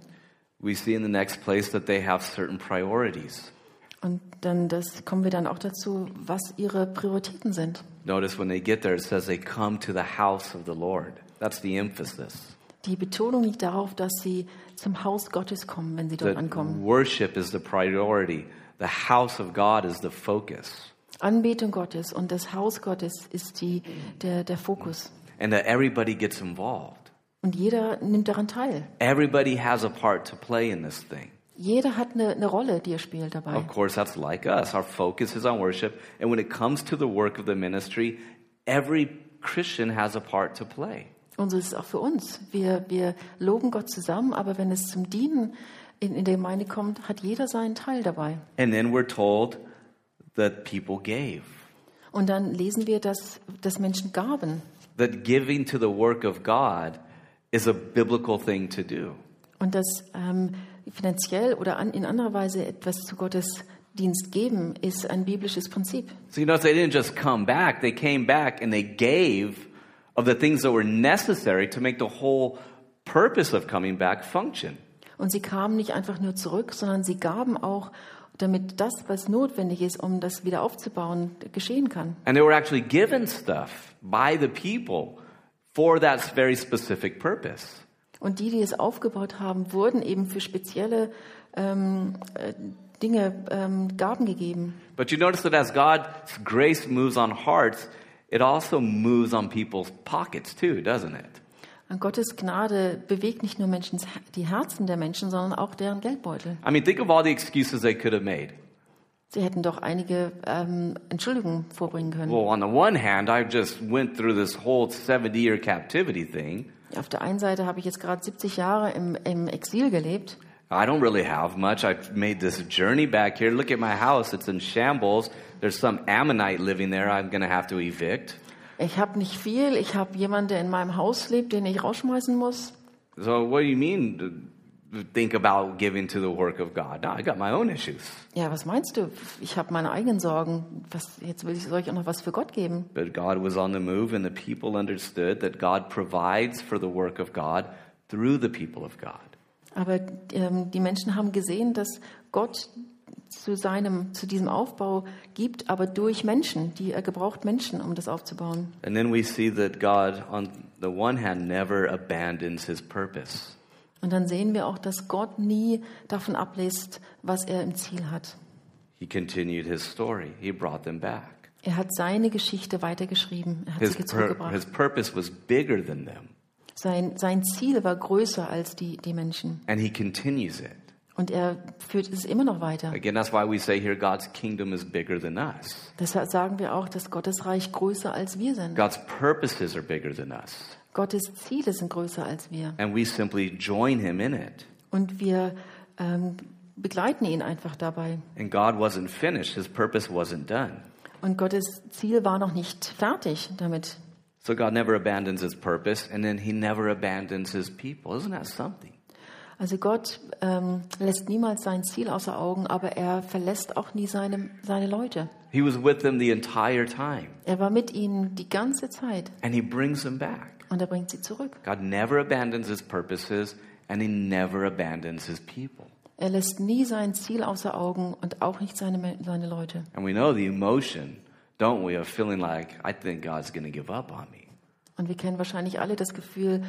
Speaker 1: We see in the next place that they have certain priorities.
Speaker 2: Und dann das, kommen wir dann auch dazu, was ihre Prioritäten sind.
Speaker 1: Notice when they get there, it says they come to the house of the Lord. That's the emphasis.
Speaker 2: Die Betonung liegt darauf, dass sie zum Haus Gottes kommen, wenn sie dort
Speaker 1: That
Speaker 2: ankommen.
Speaker 1: worship is the priority. The house of God is the focus.
Speaker 2: Anbetung Gottes und das Haus Gottes ist die, der, der Fokus.
Speaker 1: And that everybody gets involved.
Speaker 2: Und jeder nimmt daran teil.
Speaker 1: Everybody has a part to play in this thing.
Speaker 2: Jeder hat eine, eine Rolle, die er spielt dabei.
Speaker 1: Of course, that's like us. Our focus is on worship. And when it comes to the work of the ministry, every Christian has a part to play.
Speaker 2: Und so ist es auch für uns. Wir, wir loben Gott zusammen, aber wenn es zum Dienen in, in der Gemeinde kommt, hat jeder seinen Teil dabei.
Speaker 1: And then we're told that people gave,
Speaker 2: Und dann lesen wir, dass, dass Menschen gaben.
Speaker 1: that giving to the work of God is a biblical thing to do.
Speaker 2: Und dass ähm, finanziell oder an, in anderer Weise etwas zu Gottes Dienst geben, ist ein biblisches Prinzip.
Speaker 1: So you notice they didn't just come back, they came back and they gave of the things that were necessary to make the whole purpose of coming back function.
Speaker 2: Und sie kamen nicht einfach nur zurück, sondern sie gaben auch, damit das, was notwendig ist, um das wieder aufzubauen, geschehen kann.
Speaker 1: And they were actually given stuff by the people for that very specific purpose.
Speaker 2: Und die, die es aufgebaut haben, wurden eben für spezielle ähm, äh, Dinge ähm, Gaben gegeben.
Speaker 1: But you notice that as God's grace moves on hearts, it also moves on people's pockets too, doesn't it?
Speaker 2: Und Gottes Gnade bewegt nicht nur Menschen, die Herzen der Menschen, sondern auch deren Geldbeutel.
Speaker 1: I mean, think of all the excuses they could have made.
Speaker 2: Sie hätten doch einige ähm, Entschuldigungen vorbringen können.
Speaker 1: Well, on the one hand, I just went through this whole 70 year captivity thing.
Speaker 2: Auf der einen Seite habe ich jetzt gerade 70 Jahre im, im Exil gelebt.
Speaker 1: I don't really have much. I made this journey back here. Look at my house. It's in shambles. There's some Ammonite living there I'm going to have to evict.
Speaker 2: Ich habe nicht viel. Ich habe jemanden, der in meinem Haus lebt, den ich rausschmeißen muss.
Speaker 1: So, what do you mean uh, think about giving to the work of God? No, I got my own issues.
Speaker 2: Ja, was meinst du? Ich habe meine eigenen Sorgen. Was, jetzt will ich, soll ich auch noch was für Gott geben?
Speaker 1: But God was on the move, and the people understood that God provides for the work of God through the people of God.
Speaker 2: Aber ähm, die Menschen haben gesehen, dass Gott zu seinem, zu diesem Aufbau gibt, aber durch Menschen, die er gebraucht Menschen, um das aufzubauen.
Speaker 1: And then we see that God, on the one hand, never abandons his purpose.
Speaker 2: Und dann sehen wir auch, dass Gott nie davon ablässt, was er im Ziel hat.
Speaker 1: He continued his story, he brought them back.
Speaker 2: Er hat seine Geschichte weitergeschrieben. Er hat
Speaker 1: His,
Speaker 2: sie
Speaker 1: pur-
Speaker 2: zurückgebracht.
Speaker 1: his purpose was bigger than them,
Speaker 2: Sein, sein Ziel war größer als die, die Menschen.
Speaker 1: and he continues it.
Speaker 2: Und er führt es immer noch weiter.
Speaker 1: Again, that's why we say here God's kingdom is bigger than us.
Speaker 2: Deshalb sagen wir auch, dass Gottes Reich größer als wir sind.
Speaker 1: God's purposes are bigger than us.
Speaker 2: Gottes Ziele sind größer als wir.
Speaker 1: And we simply join him in it.
Speaker 2: Und wir ähm, begleiten ihn einfach dabei.
Speaker 1: And God wasn't finished, his purpose wasn't done.
Speaker 2: Und Gottes Ziel war noch nicht fertig damit.
Speaker 1: So God never abandons his purpose, and then he never abandons his people. Isn't that something?
Speaker 2: Also Gott ähm, lässt niemals sein Ziel außer Augen, aber er verlässt auch nie seine, seine Leute.
Speaker 1: He was with them the entire time,
Speaker 2: Er war mit ihnen die ganze Zeit
Speaker 1: and he brings them back.
Speaker 2: und er bringt sie zurück.
Speaker 1: God never abandons his purposes, and he never abandons his people.
Speaker 2: Er lässt nie sein Ziel außer Augen und auch nicht seine, seine Leute.
Speaker 1: And we know the emotion, don't we, of feeling like, I think God's going to give up on me.
Speaker 2: Und wir kennen wahrscheinlich alle das Gefühl,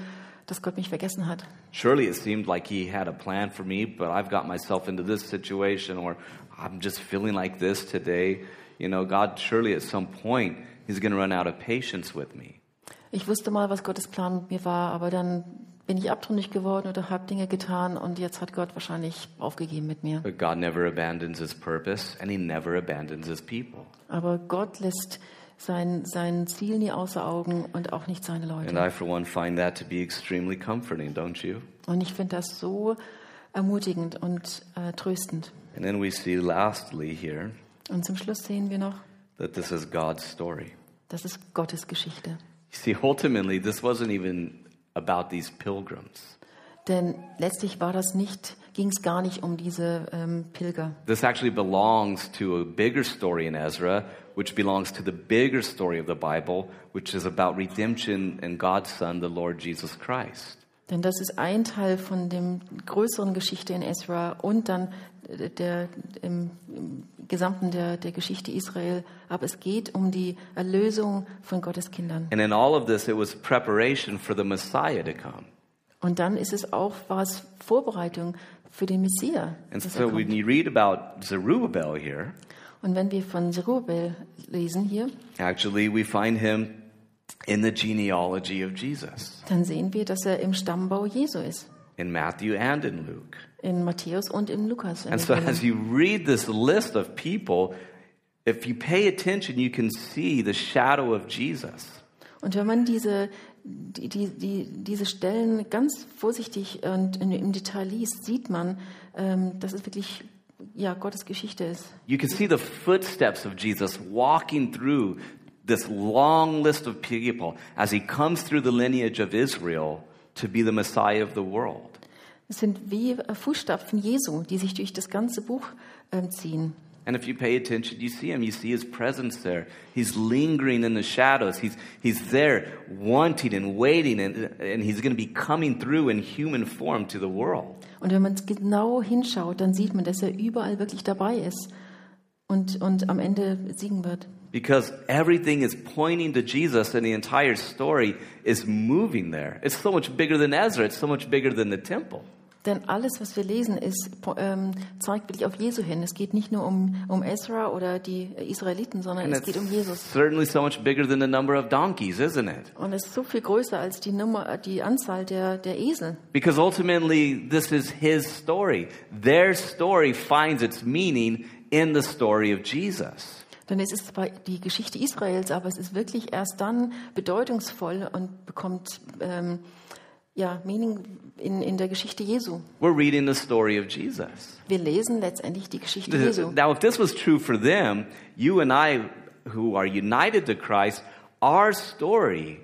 Speaker 2: dass Gott mich vergessen hat.
Speaker 1: Surely it seemed like he had a plan for me, but I've got myself into this situation, or I'm just feeling like this today. You know, God, surely at some point, he's going to run out of patience with me.
Speaker 2: Ich wusste mal, was Gottes Plan mit mir war, aber dann bin ich abtrünnig geworden oder habe Dinge getan und jetzt hat Gott wahrscheinlich aufgegeben mit mir.
Speaker 1: But God never abandons his purpose, and he never abandons his people.
Speaker 2: Aber Gott lässt sein, sein Ziel nie außer Augen und auch nicht seine
Speaker 1: And
Speaker 2: Leute.
Speaker 1: I, for one, find that to be extremely comforting, don't you?
Speaker 2: Und ich finde das so ermutigend und äh, tröstend.
Speaker 1: And then we see lastly here
Speaker 2: Und zum Schluss sehen wir noch,
Speaker 1: that this is God's story.
Speaker 2: das ist Gottes Geschichte.
Speaker 1: You see, ultimately, this wasn't even about these pilgrims.
Speaker 2: Denn letztlich war das nicht, ging es gar nicht um diese ähm, Pilger.
Speaker 1: This actually belongs to a bigger story in Ezra, which belongs to the bigger story of the Bible, which is about redemption and God's Son, the Lord Jesus Christ.
Speaker 2: Denn das ist ein Teil von dem größeren Geschichte in Ezra und dann äh, der, im, im Gesamten der, der Geschichte Israel. Aber es geht um die Erlösung von Gottes Kindern.
Speaker 1: And in all of this, it was preparation for the Messiah to come.
Speaker 2: Und dann ist es auch, war es Vorbereitung für den Messias.
Speaker 1: And
Speaker 2: dass
Speaker 1: so
Speaker 2: er
Speaker 1: when
Speaker 2: kommt.
Speaker 1: you read about Zerubbabel here,
Speaker 2: Und wenn wir von Zerubbabel lesen hier,
Speaker 1: actually we find him in the genealogy of Jesus,
Speaker 2: dann sehen wir, dass er im Stammbau Jesu ist.
Speaker 1: in Matthew and in Luke.
Speaker 2: In Matthäus und im Lukas.
Speaker 1: And so as you read this list of people, if you pay attention, you can see the shadow of Jesus.
Speaker 2: Und wenn man diese, die, die, die, diese Stellen ganz vorsichtig und in, im Detail liest, sieht man, ähm, dass es wirklich ja, Gottes Geschichte ist.
Speaker 1: You can see the footsteps of Jesus walking through this long list of people as he comes through the lineage of Israel to be the Messiah of the world.
Speaker 2: Es sind wie äh, Fußstapfen Jesu, die sich durch das ganze Buch ähm, ziehen.
Speaker 1: And if you pay attention, you see him. You see his presence there. He's lingering in the shadows. He's, he's there wanting and waiting, and, and he's going to be coming through in human form to the world.
Speaker 2: Und wenn man genau hinschaut, dann sieht man, dass er überall wirklich dabei ist und, und am Ende siegen wird.
Speaker 1: Because everything is pointing to Jesus, and the entire story is moving there. It's so much bigger than Ezra, it's so much bigger than the temple.
Speaker 2: Denn alles, was wir lesen, ist, po- ähm, zeigt wirklich auf Jesu hin. Es geht nicht nur um, um Ezra oder die Israeliten, sondern
Speaker 1: And
Speaker 2: es geht um Jesus.
Speaker 1: it's certainly so much bigger than the number of donkeys, isn't it?
Speaker 2: Und es ist so viel größer als die Nummer, äh, die Anzahl der, der Esel.
Speaker 1: Because ultimately, this is his story. Their story finds its meaning in the story of Jesus.
Speaker 2: Denn es ist zwar die Geschichte Israels, aber es ist wirklich erst dann bedeutungsvoll und bekommt ähm, ja, Meaning in, in der Geschichte Jesu.
Speaker 1: We're reading the story of Jesus.
Speaker 2: Wir lesen letztendlich die Geschichte Jesu.
Speaker 1: Now, if this was true for them, you and I, who are united to Christ, our story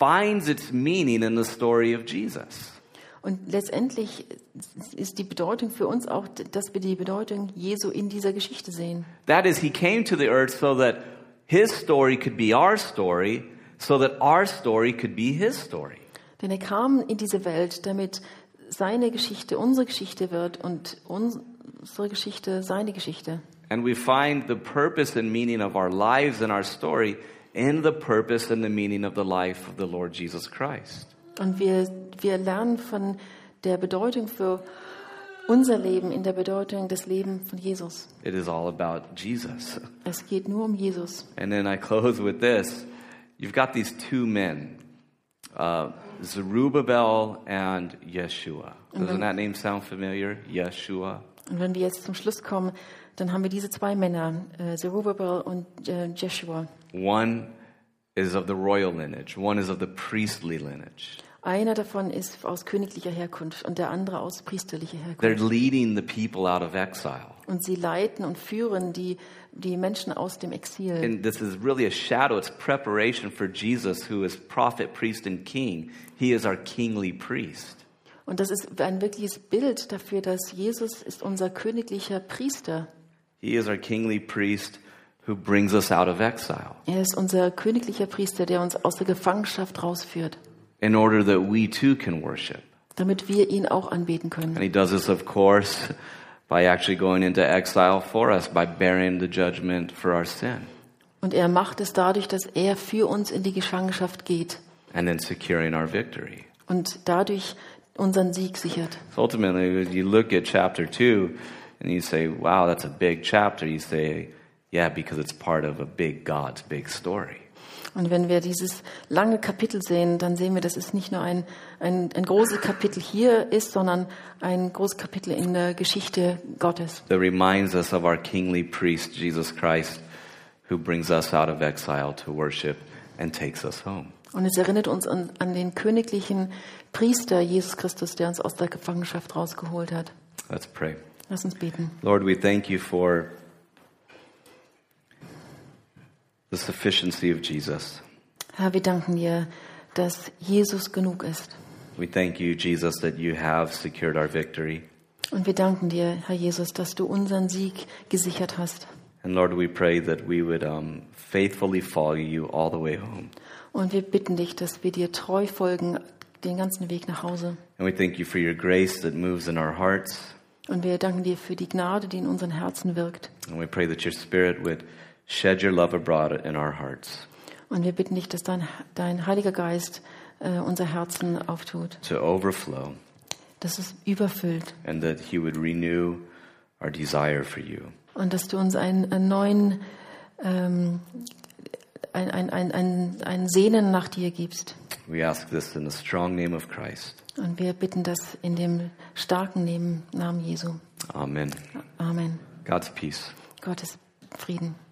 Speaker 1: finds its meaning in the story of Jesus.
Speaker 2: Und letztendlich ist die Bedeutung für uns auch, dass wir die Bedeutung Jesu in dieser Geschichte sehen.
Speaker 1: That is, he came to the earth so that his story could be our story, so that our story could be his story.
Speaker 2: Denn er kam in diese Welt, damit seine Geschichte unsere Geschichte wird und unsere Geschichte seine Geschichte.
Speaker 1: And we find the purpose and meaning of our lives and our story in the purpose and the meaning of the life of the Lord Jesus Christ.
Speaker 2: Und wir, wir lernen von der Bedeutung für unser Leben in der Bedeutung des Lebens von Jesus.
Speaker 1: It is all about Jesus. <laughs>
Speaker 2: Es geht nur um Jesus.
Speaker 1: And then I close with this. You've got these two men, uh, Zerubbabel and Yeshua. Doesn't that name sound familiar? Yeshua.
Speaker 2: Und wenn wir jetzt zum Schluss kommen, dann haben wir diese zwei Männer, äh, Zerubbabel und äh, Jeshua.
Speaker 1: One is of the royal lineage, one is of the priestly lineage.
Speaker 2: Einer davon ist aus königlicher Herkunft und der andere aus priesterlicher Herkunft.
Speaker 1: They're leading the people out of exile.
Speaker 2: Und sie leiten und führen die, die Menschen aus dem Exil.
Speaker 1: And this is really a shadow, it's preparation for Jesus, who is prophet, priest, and king. He is our kingly priest.
Speaker 2: Und das ist ein wirkliches Bild dafür, dass Jesus ist unser königlicher Priester.
Speaker 1: He is our kingly priest who brings us out of exile
Speaker 2: Er ist unser königlicher Priester, der uns aus der Gefangenschaft rausführt,
Speaker 1: in order that we too can worship.
Speaker 2: damit wir ihn auch anbeten
Speaker 1: And
Speaker 2: können.
Speaker 1: he does this, of course, by actually going into exile for us, by bearing the judgment for our sin,
Speaker 2: Und er macht es dadurch, dass er für uns in die Gefangenschaft geht
Speaker 1: and then securing our victory.
Speaker 2: und dadurch unseren Sieg sichert.
Speaker 1: So ultimately, when you look at chapter 2 and you say, wow, that's a big chapter, you say, yeah, because it's part of a big God's big story.
Speaker 2: Und wenn wir dieses lange Kapitel sehen, dann sehen wir, dass es nicht nur ein, ein, ein großes Kapitel hier ist, sondern ein großes Kapitel in der Geschichte Gottes.
Speaker 1: That reminds us of our kingly priest, Jesus Christ, who brings us out of exile to worship and takes us home.
Speaker 2: Und es erinnert uns an, an den königlichen Priester Jesus Christus, der uns aus der Gefangenschaft rausgeholt hat.
Speaker 1: Let's pray.
Speaker 2: Lass uns beten.
Speaker 1: Lord, we thank you for the sufficiency of Jesus.
Speaker 2: Herr, wir danken dir, dass Jesus genug ist.
Speaker 1: We thank you, Jesus, that you have secured our victory.
Speaker 2: Und wir danken dir, Herr Jesus, dass du unseren Sieg gesichert hast.
Speaker 1: And Lord, we pray that we would um, faithfully follow you all the way home.
Speaker 2: Und wir bitten dich, dass wir dir treu folgen, den ganzen Weg nach Hause.
Speaker 1: And we thank you for your grace that moves in our hearts.
Speaker 2: Und wir danken dir für die Gnade, die in unseren Herzen wirkt.
Speaker 1: And we pray that your spirit would shed your love abroad in our hearts
Speaker 2: Und wir bitten dich, dass dein, dein Heiliger Geist äh, unser Herzen auftut,
Speaker 1: to overflow
Speaker 2: dass es überfüllt
Speaker 1: and that he would renew our desire for you.
Speaker 2: und dass du uns einen, einen neuen, ähm, ein, ein, ein, ein, ein Sehnen nach dir gibst.
Speaker 1: We ask this in the strong name of Christ.
Speaker 2: Und wir bitten das in dem starken Namen Namen Jesu.
Speaker 1: Amen.
Speaker 2: Amen.
Speaker 1: God's peace.
Speaker 2: Gottes Frieden.